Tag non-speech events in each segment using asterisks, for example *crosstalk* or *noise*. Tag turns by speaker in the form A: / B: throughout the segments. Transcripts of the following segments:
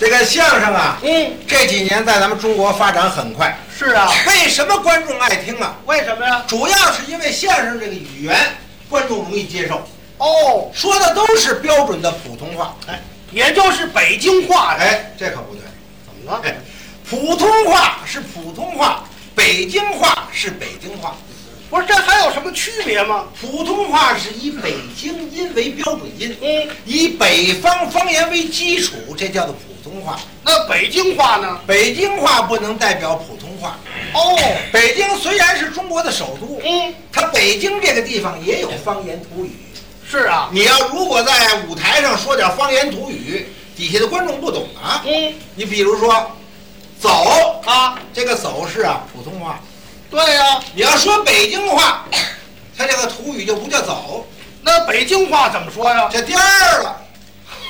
A: 这个相声啊，
B: 嗯，
A: 这几年在咱们中国发展很快，
B: 是啊，
A: 为什么观众爱听啊？
B: 为什么呀？
A: 主要是因为相声这个语言，观众容易接受，
B: 哦，
A: 说的都是标准的普通话。哎
B: 也就是北京话呀。
A: 哎，这可不对，
B: 怎么了
A: 哎，普通话是普通话，北京话是北京话，
B: 不是，这还有什么区别吗？
A: 普通话是以北京音为标准音，
B: 嗯，
A: 以北方方言为基础，这叫做普通话。
B: 那北京话呢？
A: 北京话不能代表普通话。
B: 哦，
A: 北京虽然是中国的首都，
B: 嗯，
A: 它北京这个地方也有方言土语。
B: 是啊，
A: 你要如果在舞台上说点方言土语，底下的观众不懂啊。
B: 嗯
A: 你比如说，走，
B: 啊，
A: 这个走是啊普通话。
B: 对啊呀、
A: 你要说北京话，它这个土语就不叫走，
B: 那北京话怎么说呀？
A: 这颠儿了。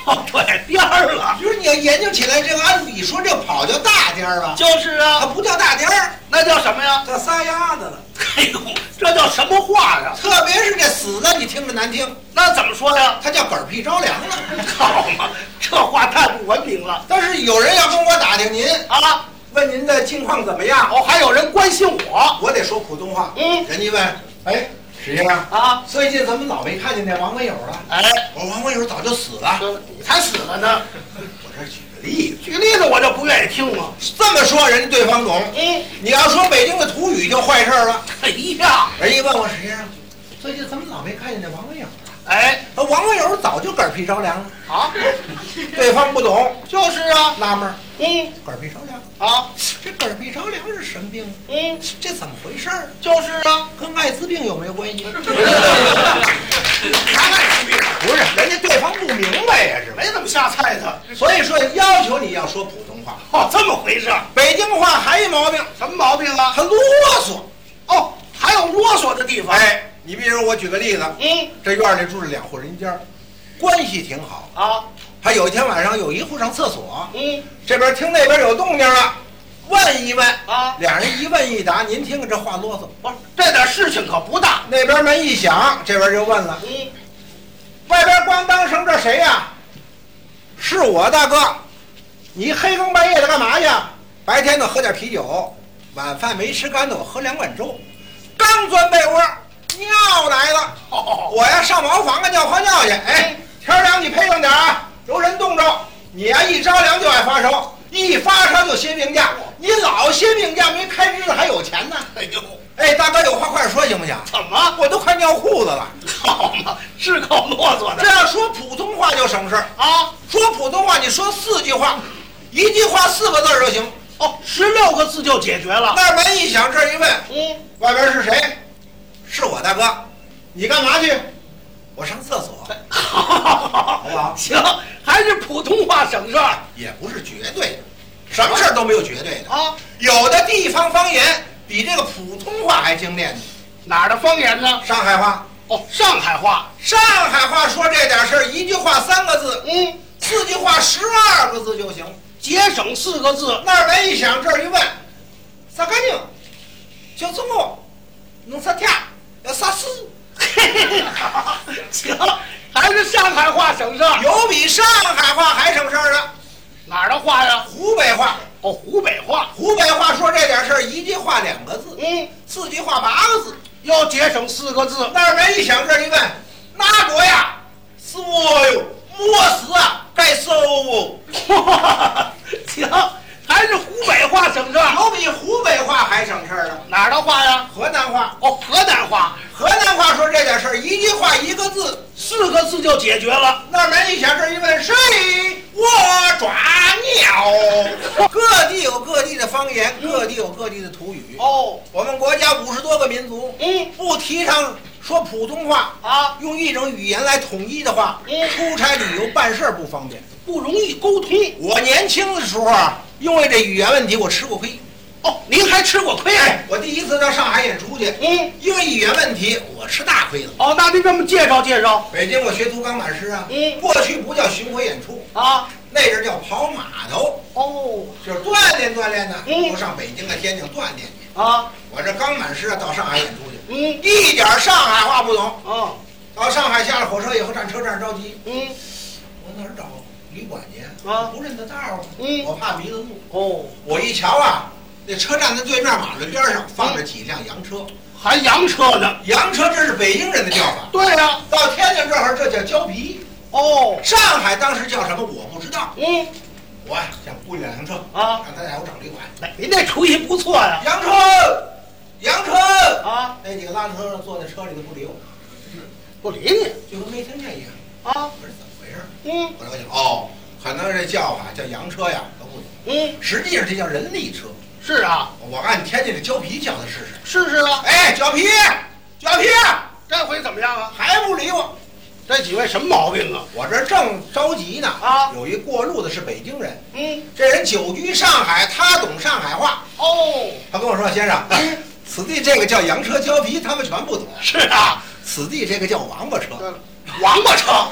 B: 哦，对，颠儿了，
A: 就是你要研究起来，这个按理说这跑叫大颠儿吧，
B: 就是
A: 它
B: 啊，
A: 不叫大颠儿，
B: 那叫什么呀？
A: 叫撒丫子了。
B: 哎呦，这叫什么话呀？
A: 特别是这死的，你听着难听，
B: 那怎么说呀？
A: 它叫嗝屁着凉了。
B: 好嘛，这话太不文明了
A: 但是有人要跟我打听您，
B: 啊！
A: 问您的近况怎么样，
B: 哦，还有人关心我
A: 我得说普通话。
B: 嗯
A: 人家问，哎，史先生，
B: 啊！
A: 最近怎么老没看见那王文友了？
B: 哎，
A: 我说哦王文友早就死了。
B: 这你才死了呢！
A: 我这举
B: 哎
A: 个例
B: 举例子我就不愿意听了。
A: 子，这么说人家对方懂。
B: 嗯，
A: 你要说北京的土语就坏事儿了。
B: 哎呀，
A: 人一问我史先生，最近怎么老没看见那王文友了？
B: 哎，
A: 呃王文友早就嗝屁着凉了。
B: 啊，
A: 对方不懂，
B: 就是啊，
A: 纳闷儿，
B: 嗯，
A: 嗝屁着凉，
B: 啊，
A: 这嗝屁着凉是什么病？
B: 嗯，
A: 这怎么回事儿？
B: 就是啊，
A: 跟艾滋病有没有关系？ *laughs*
B: 哪来区别？
A: 不是，人家对方不明白呀，是吧？
B: 没怎么瞎猜的。
A: 所以说要求你要说普通话，
B: 哦，这么回事儿，
A: 北京话还一毛病，
B: 什么毛病啊？
A: 它啰嗦。
B: 哦，还有啰嗦的地方。，
A: 哎，你比如我举个例子，
B: 嗯，
A: 这院里住着两户人家，关系挺好。
B: 啊，
A: 他有一天晚上有一户上厕所，
B: 嗯，
A: 这边听那边有动静了，问一问
B: 啊
A: 俩人一问一答，您听着这话啰嗦。
B: 不是，这点事情可不大。
A: 那边门一响，这边就问了
B: 嗯，：“
A: 外边咣当声，这谁呀、是我大哥，你黑更半夜的干嘛去？白天呢喝点啤酒，晚饭没吃干的我喝两碗粥，刚钻被窝尿来了，
B: 哦，
A: 我呀上茅房啊尿泡尿去。哎，天儿凉你配上点儿啊，揉人冻着。你呀一着凉就爱发烧，一发烧就歇病假，你老歇病假没开支还有钱呢。
B: 哎呦，
A: 哎，大哥有话快说行不行？
B: 怎么？
A: 我都快尿裤子了。”
B: 好嘛，是够啰嗦
A: 这
B: 的
A: 要说普通话就省事儿，
B: 啊！
A: 说普通话你说四句话，一句话四个字儿就行。
B: 哦，十六个字就解决了。
A: 那门一响，这儿一问，
B: 嗯， *laughs*
A: 外边是谁？是我大哥，你干嘛去？哎我上厕所，
B: 好，好好好行，还是普通话省事儿
A: 也不是绝对的，什么事儿都没有绝对的。
B: 啊。
A: 有的地方方言比这个普通话还精炼呢。
B: 哪儿的方言呢？
A: 上海话，
B: 哦，上海话。
A: 上海话说这点事儿，一句话三个字，
B: 嗯，
A: 四句话十二个字就行。
B: 节省四个字。
A: 那门一响，这儿一问，撒干净，就这么，弄撒天，要撒丝，
B: 嘿嘿嘿好行，还是上海话省事儿。
A: 有比上海话还省事儿的。
B: 哪儿的话呀？
A: 湖北话，
B: 哦，湖北话。
A: 湖北话说这点事儿，一句话两个字，
B: 嗯，
A: 四句话八个字。
B: 要节省四个字。
A: 那门一响，这儿一问，哪国呀？是我哟，没死啊，该收哦。
B: 行，还是湖北话省事儿。
A: 有比湖北话还省事儿的。
B: 哪儿的话呀？
A: 河南话，
B: 哦，河南话，
A: 河南话说这点事儿，一句话一个字，
B: 四个字就解决了。
A: 那门一响，这一问谁？我抓鸟。 *laughs* 各地有各地的方言，各地有各地的土语。
B: 哦，
A: 我们国家五十多个民族，
B: 嗯
A: 不提倡说普通话，
B: 啊，
A: 用一种语言来统一的话，
B: 嗯
A: 出差旅游办事儿不方便。
B: 不容易沟通。
A: 我年轻的时候啊，因为这语言问题，我吃过亏。
B: 哦，您还吃过亏？
A: 哎，我第一次到上海演出去，
B: 嗯，
A: 因为语言问题，我吃大亏了。
B: 哦，那您这么介绍介绍
A: 北京我学读钢板诗啊，
B: 嗯
A: 过去不叫巡回演出，
B: 啊？
A: 那阵儿叫跑码头。
B: 哦，
A: 就是锻炼锻炼呢，
B: 嗯
A: 不上北京啊、天津锻炼去。
B: 啊，
A: 我这刚满师啊，到上海演出去，
B: 嗯，
A: 一点上海话不懂。
B: 啊，
A: 到上海下了火车以后，站车站着急，
B: 嗯，
A: 我哪儿找旅馆去？
B: 啊，
A: 不认得道儿啊，
B: 嗯
A: 我怕迷了路。
B: 哦，
A: 我一瞧啊，那车站的对面马路边上放着几辆洋车，
B: 还洋车呢。
A: 洋车这是北京人的叫法，
B: 对呀、
A: 到天津这儿这叫胶皮，
B: 哦，
A: 上海当时叫什么我不知道。
B: 嗯
A: 我呀想雇一辆洋车，
B: 啊，
A: 让他带我找旅馆。
B: 哎您这厨艺不错呀、
A: 洋车，洋车，
B: 啊，
A: 那几个拉车的坐在车里头不理我，
B: 不理你
A: 就跟没听见一样。
B: 啊
A: 我，说怎么回事儿？
B: 嗯
A: 后来我想，哦，可能这叫法叫洋车呀，都不懂。
B: 嗯，
A: 实际上这叫人力车，
B: 是啊，
A: 我按天津的胶皮叫他试试。
B: 试试啊，
A: 哎，胶皮，胶皮，
B: 这回怎么样啊？
A: 还不理我。
B: 这几位什么毛病啊？
A: 我这正着急呢
B: 啊
A: 有一过路的是北京人，
B: 嗯，
A: 这人久居上海，他懂上海话。
B: 哦，
A: 他跟我说：“先生， *clears throat*
B: 嗯
A: 此地这个叫洋车胶皮，他们全不懂；
B: 是啊，
A: 此地这个叫王八车。
B: 对了王八车，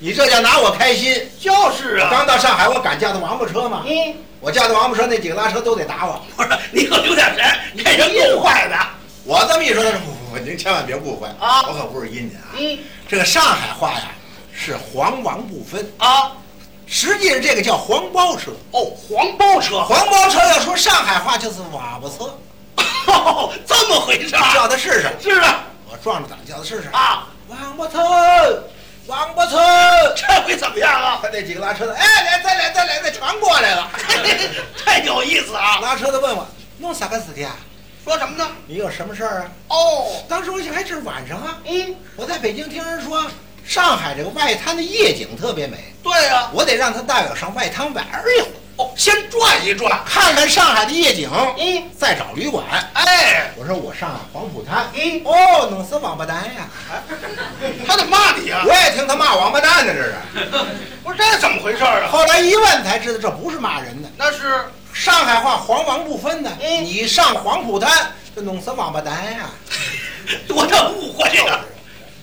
A: 你这叫拿我开心。
B: 就是啊，
A: 刚到上海，我敢叫他王八车吗？
B: 嗯。
A: 我叫他王八车，那几个拉车都得打我。
B: 不是，你可留点神，这人够坏的。
A: 我这么一说，他说：‘不不，您千万别误会
B: 啊
A: 我可不是阴人啊。
B: 嗯
A: 这个上海话呀，是黄王不分。
B: 啊，
A: 实际上这个叫黄包车，
B: 哦，黄包车，
A: 黄包车要说上海话就是瓦巴车，
B: 哦， *laughs* 这么回事儿
A: 叫他试试。
B: 是啊，
A: 我壮着胆叫他试试。
B: 啊，
A: 王八车，王八车。
B: 这回怎么样啊？ *laughs*
A: 他那几个拉车的，哎，来，再来，再来，那全过来了。 *laughs*
B: 太有意思啊！
A: 拉车的问我，弄啥个事的啊？
B: 说什么呢？
A: 你有什么事儿啊？
B: 哦，
A: 当时我一想，哎，这是晚上啊，
B: 嗯，
A: 我在北京听人说，上海这个外滩的夜景特别美，
B: 对呀、
A: 我得让他带我上外滩玩一会儿，
B: 哦，先转一转。
A: 看看上海的夜景，
B: 嗯，
A: 再找旅馆。
B: 哎，
A: 我说我上黄浦滩，
B: 嗯，
A: 哦，弄死王八蛋
B: *laughs*
A: 呀！
B: 他怎么骂你啊？
A: 我也听他骂王八蛋呢，这是。
B: 嗯不是，这怎么回事儿啊？
A: 后来一问才知道，这不是骂人的，
B: 那是，
A: 上海话黄王不分呢。
B: 嗯
A: 你上黄浦滩，就弄死王八蛋呀！
B: 多大误会啊！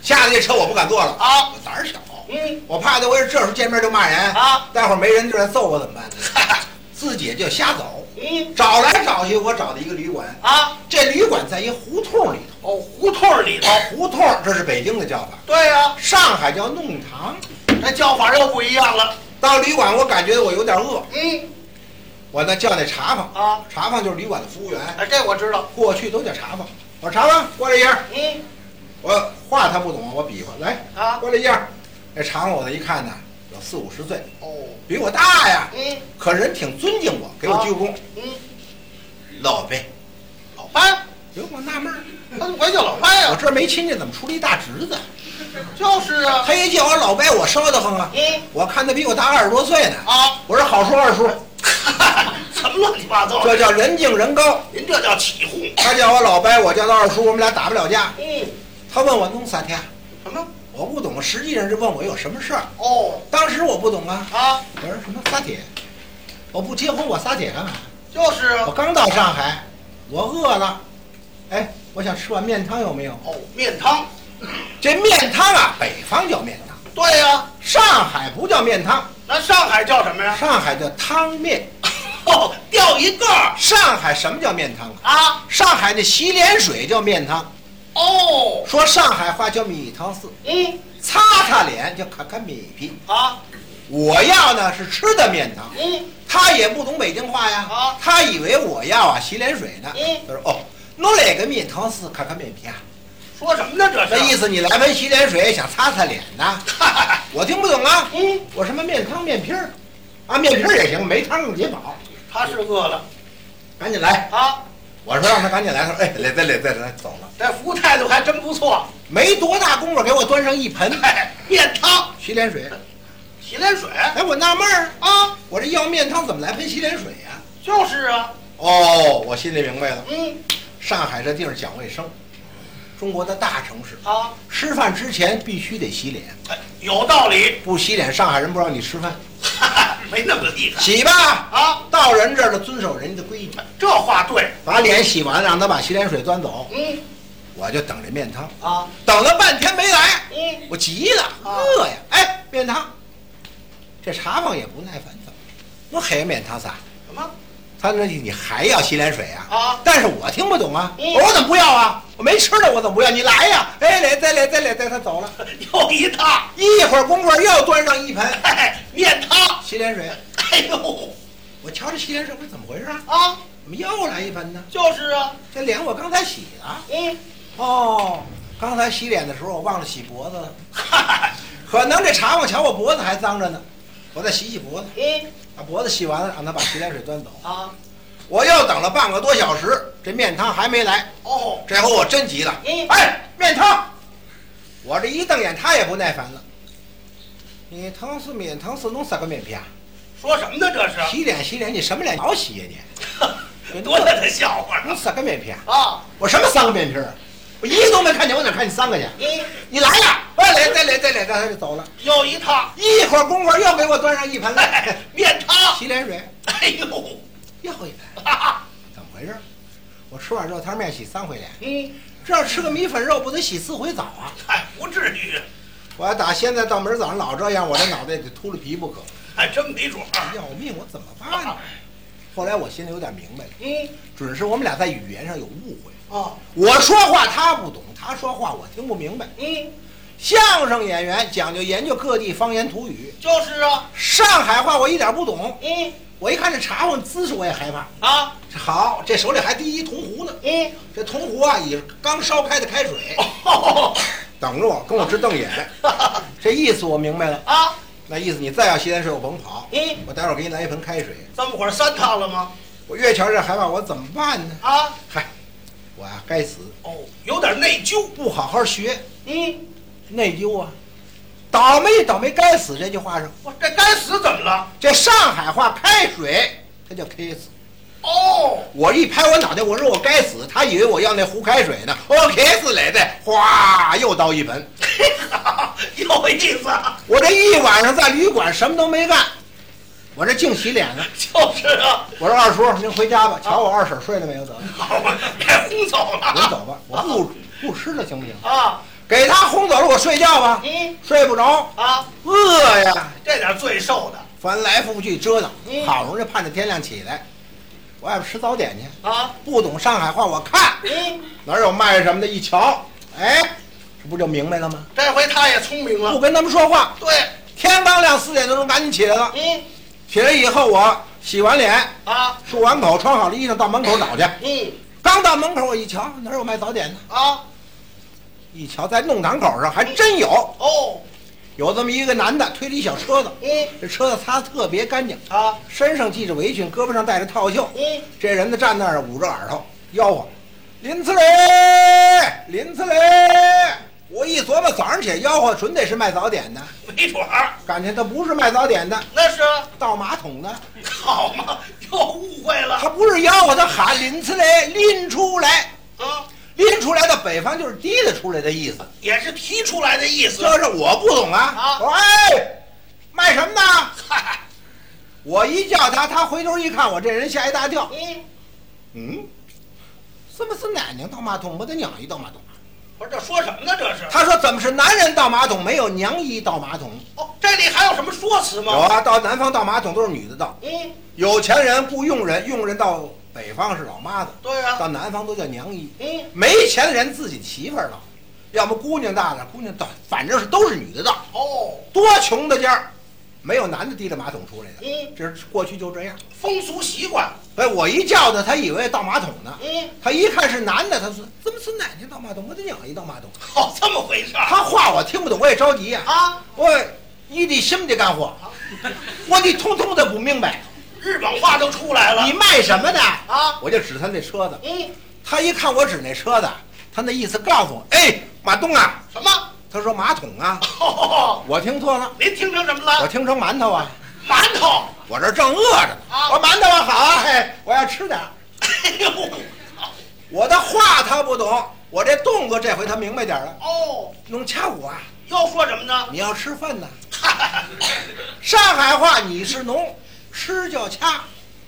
A: 下了这车我不敢坐了，
B: 啊，
A: 我胆儿小，
B: 嗯，
A: 我怕这回这时候见面就骂人
B: 啊，
A: 待会儿没人就来揍我怎么
B: *laughs*
A: 办呢？
B: 嗨，
A: 自己就瞎走，
B: 嗯，
A: 找来找去，我找的一个旅馆，
B: 啊，
A: 这旅馆在一胡同里头。
B: 哦，胡同里头。
A: 胡同这是北京的叫法，
B: 对呀、
A: 上海叫弄堂。
B: 那叫法又不一样了。
A: 到旅馆我感觉我有点饿，
B: 嗯，
A: 我呢叫那茶房，
B: 啊，
A: 茶房就是旅馆的服务员，
B: 哎，这我知道。
A: 过去都叫茶房。我说茶房过来一样，
B: 嗯，
A: 我话他不懂，我比划来
B: 啊，
A: 过来一样。那茶房我这一看呢，有四五十岁，
B: 哦，
A: 比我大呀，
B: 嗯
A: 可人挺尊敬我，给我
B: 啊
A: 鞠躬，
B: 嗯，
A: 老辈。
B: 老潘，
A: 哎，我纳闷儿，
B: 他怎么管叫老潘
A: 哎我
B: 呀？
A: 这儿没亲戚，怎么出了一大侄子？
B: 就是啊。
A: 他一叫我老伯，我烧得慌啊！
B: 嗯
A: 我看他比我大二十多岁呢。
B: 啊， *laughs*
A: 我说好叔二叔，
B: 什么乱七八糟
A: 这叫人敬人高。
B: 您这叫起哄。
A: 他叫我老伯，我叫他二叔，我们俩打不了架。
B: 嗯，
A: 他问我弄三天，
B: 什么？
A: 我不懂，实际上是问我有什么事儿。
B: 哦
A: 当时我不懂啊，
B: 啊，
A: 我说什么撒铁，我不结婚我撒铁干嘛？
B: 就是
A: 我
B: 啊。
A: 刚到上海，我饿了，哎，我想吃碗面汤有没有？
B: 哦，面汤。
A: 这面汤啊，北方叫面汤，
B: 对呀、
A: 上海不叫面汤，
B: 那上海叫什么呀？ *laughs*
A: 上海叫汤面。
B: 哦，掉一个儿
A: 上海什么叫面汤啊？
B: 啊。
A: 上海那洗脸水叫面汤，
B: 哦，
A: 说上海话叫米汤丝，
B: 嗯
A: 擦擦脸叫看看米皮。
B: 啊，
A: 我要呢是吃的面汤，
B: 嗯
A: 他也不懂北京话呀，
B: 啊
A: 他以为我要啊洗脸水呢，
B: 嗯
A: 他说哦，弄哪个面汤丝看看面皮啊？
B: 说什么呢？这是啊
A: 那意思你来盆洗脸水想擦擦脸呢？
B: 嗨，
A: 我听不懂啊，
B: *laughs* 嗯，
A: 我什么面汤面皮儿，啊面皮儿也行，没汤更解饱，
B: 他是饿了
A: 赶紧来，
B: 啊。
A: 我说让他赶紧来，他说哎来来来来来走了，
B: 这服务态度还真不错。 *laughs*
A: 没多大功夫给我端上一盆
B: 哎，面汤、
A: 洗脸水。
B: 洗脸水
A: 哎，我纳闷儿，
B: 啊，
A: 我这要面汤怎么来盆洗脸水呀、
B: 就是啊。
A: 哦，我心里明白了，
B: 嗯
A: 上海这地方讲卫生，中国的大城市，
B: 啊，
A: 吃饭之前必须得洗脸，
B: 哎有道理， *laughs*
A: 不洗脸上海人不让你吃饭。
B: 没那么厉害
A: 洗吧，
B: 啊。
A: 到人这儿了遵守人家的规矩，
B: 这话对，
A: 把脸洗完，让他把洗脸水端走，
B: 嗯
A: 我就等这面汤，
B: 啊，
A: 等了半天没来，
B: 嗯，
A: 我急了，
B: 啊
A: 饿呀！哎，面汤，这茶坊也不耐烦，怎么？我黑面汤啥？
B: 什么？
A: 他说你还要洗脸水啊？
B: 啊
A: 但是我听不懂啊，
B: 嗯
A: 我说我怎么不要啊？我没吃的，我怎么不要？你来呀、哎，来，再来，再来，再他走了。
B: 又一趟，
A: 一会儿功夫又端上一盆
B: 哎，面汤，
A: 洗脸水，
B: 哎呦，
A: 我瞧这洗脸水不是怎么回事啊？
B: 啊，
A: 怎么又来一盆呢？
B: 就是啊，
A: 这脸我刚才洗的啊。
B: 嗯，
A: 哦，刚才洗脸的时候我忘了洗脖子了，
B: 嗨，
A: 可能这茶我瞧我脖子还脏着呢，我再洗洗脖子，
B: 嗯，
A: 把脖子洗完了，让他把洗脸水端走。 *laughs*
B: 啊，
A: 我又等了半个多小时，这面汤还没来，
B: 哦，
A: 这回我真急了。
B: 嗯，
A: 哎，面汤！我这一瞪眼，他也不耐烦了。你疼死面疼死，弄啥个面皮啊？
B: 说什么呢？这是，啊
A: 洗脸洗脸，你什么脸老洗呀、
B: 多大的笑话
A: 你？弄三个面皮啊？
B: 啊，
A: 我什么三个面皮啊？我一个都没看见，我哪看见三个去？
B: 嗯，
A: 你来呀！哎，来再来再来，刚才就走了。
B: 又一趟，
A: 一会儿功夫又给我端上一盆
B: 哎 *laughs*
A: 来，
B: 面汤，
A: 洗脸水，
B: 哎呦，
A: 又一盆，
B: 哈哈，
A: 怎么回事？我吃碗肉汤面洗三回脸，
B: 嗯，
A: 这要吃个米粉肉不得洗四回澡啊？
B: 哎，不至于，
A: 我要打现在到明儿早上老这样，我这脑袋得秃噜皮不可。
B: 还真没准儿。
A: 要命，哎我怎么办呢？后来我心里有点明白了，
B: 嗯，
A: 准是我们俩在语言上有误会。
B: 哦，
A: 我说话他不懂，他说话我听不明白。
B: 嗯，
A: 相声演员讲究研究各地方言土语，
B: 就是啊，
A: 上海话我一点不懂。
B: 嗯，
A: 我一看这茶碗姿势我也害怕。
B: 啊，
A: 好，这手里还提一铜壶呢。
B: 嗯，
A: 这铜壶啊，也是刚烧开的开水，
B: 哦，
A: 等着我，跟我直瞪眼。 *laughs* 这意思我明白了，
B: 啊，
A: 那意思你再要洗脸水，我甭跑。
B: 嗯，
A: 我待会儿给你来一盆开水。
B: 这么会儿三趟了吗？
A: 我越瞧这害怕，我怎么办呢？
B: 啊，
A: 嗨，我呀、该死，
B: 哦，有点内疚。
A: 不好好学，
B: 嗯，
A: 内疚啊！倒霉倒霉，该死！这句话是
B: 我这该死怎么了？
A: 这上海话，开水它叫 kiss。
B: 哦， *laughs*
A: 我一拍我脑袋，我说我该死，他以为我要那壶开水呢，我 kiss 来的，哗，又倒一盆。
B: 嘿哈，有意思，啊
A: 我这一晚上在旅馆什么都没干，我这净洗脸呢。
B: 就是啊，
A: 我说二叔，您回家吧，瞧我二婶睡了没有？走，
B: 好吧，该轰走了。
A: 您走吧，我不不吃了，行不行？
B: 啊，
A: 给他轰走了，我睡觉吧，
B: 嗯，
A: 睡不着，
B: 啊，
A: 饿呀，
B: 这点罪受的
A: 翻来覆去折腾，
B: 嗯
A: 好容易盼着天亮起来，我外边吃早点去。
B: 啊，
A: 不懂上海话，我看
B: 嗯，
A: 哪儿有卖什么的，一瞧，哎，这不就明白了吗？
B: 这回他也聪明
A: 不
B: 了。
A: 跟他们说话，
B: 对，
A: 天刚亮四点多钟，赶紧起来了。
B: 嗯，
A: 起来以后，我洗完脸，
B: 啊，
A: 漱完口，穿好了衣裳，到门口找去。
B: 嗯，
A: 刚到门口，我一瞧，哪儿有卖早点的？
B: 啊，
A: 一瞧，在弄堂口上还真有，
B: 哦，
A: 有这么一个男的推着一小车子，
B: 嗯，
A: 这车子擦得特别干净，
B: 啊，
A: 身上系着围裙，胳膊上戴着套袖。
B: 嗯，
A: 这人呢站那儿捂着耳朵吆喝：“林次磊，林次磊！”我一琢磨，早上起来吆喝，准得是卖早点的，
B: 没准儿。
A: 感觉他不是卖早点的，
B: 那是啊
A: 倒马桶的。
B: 好嘛，又误会了
A: 他不是吆喝，他喊“林次磊，拎出来
B: 啊，”，
A: 拎出来的北方就是提了出来的意思。
B: 也是提出来的意思。
A: 这是我不懂啊！
B: 啊
A: 我说哎，卖什么呢？
B: 嗨，
A: 我一叫他，他回头一看我，这人吓一大跳。
B: 嗯，
A: 嗯，什么是奶娘倒马桶？没得娘姨倒马桶。啊
B: 不是这说什么呢？这是
A: 他说怎么是男人倒马桶，没有娘姨倒马桶？
B: 哦，这里还有什么说辞
A: 有
B: 吗？
A: 啊，到南方倒马桶都是女的倒，
B: 嗯，
A: 有钱人雇佣人，佣人到北方是老妈子，
B: 对啊，
A: 到南方都叫娘姨。
B: 嗯，
A: 没钱的人自己媳妇儿倒，要么姑娘大点，姑娘倒，反正是都是女的倒。
B: 哦，
A: 多穷的家儿，没有男的提着马桶出来的，
B: 嗯，
A: 这是过去就这样。
B: 风俗习惯，
A: 哎，我一叫他，他以为倒马桶呢。
B: 嗯，
A: 他一看是男的，他说：“怎么是奶奶倒马桶？我得养一倒马桶。
B: 好，哦这么回事”儿
A: 他话我听不懂，我也着急呀、
B: 啊。
A: 我一得心得干活，我得通通的不明白。
B: 日本话都出来了
A: 你卖什么的？
B: 啊，
A: 我就指他那车子。
B: 嗯，
A: 他一看我指那车子，他那意思告诉我：“哎，马东啊！”
B: 什么？
A: 他说：“马桶啊
B: 哦，！”
A: 我听错了，
B: 您听成什么
A: 我
B: 了？
A: 听成馒头啊。
B: 馒头。
A: 我这正饿着呢，
B: 啊
A: 我说馒头啊好啊，嘿，我要吃点儿。
B: 哎呦，
A: 我的话他不懂，我这动作这回他明白点儿了。
B: 哦，
A: 弄掐我啊，
B: 要说什么呢？ *laughs*
A: 你要吃饭呢？
B: 嗨，
A: 上海话你是农，吃叫掐，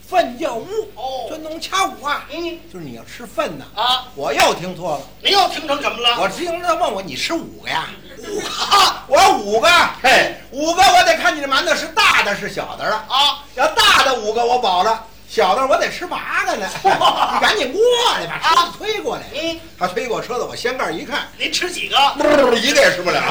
A: 粪叫污，
B: 哦
A: 这弄掐我啊，
B: 嗯
A: 就是你要吃粪呢。
B: 啊，
A: 我又听错了，
B: 您又听成什么了？
A: 我听他问我你吃啊五个呀？
B: 我啊
A: *laughs* 我说五个，嘿，五个我得看你这馒头是大的是小的了。
B: 啊，
A: 要大的五个我饱了，小的我得吃麻杆呢， *laughs* 你赶紧过来吧，车
B: 啊
A: 子推过来。
B: 嗯，
A: 他推过车子，我掀盖一看， *laughs*
B: 您吃几个？
A: 一个也吃不了。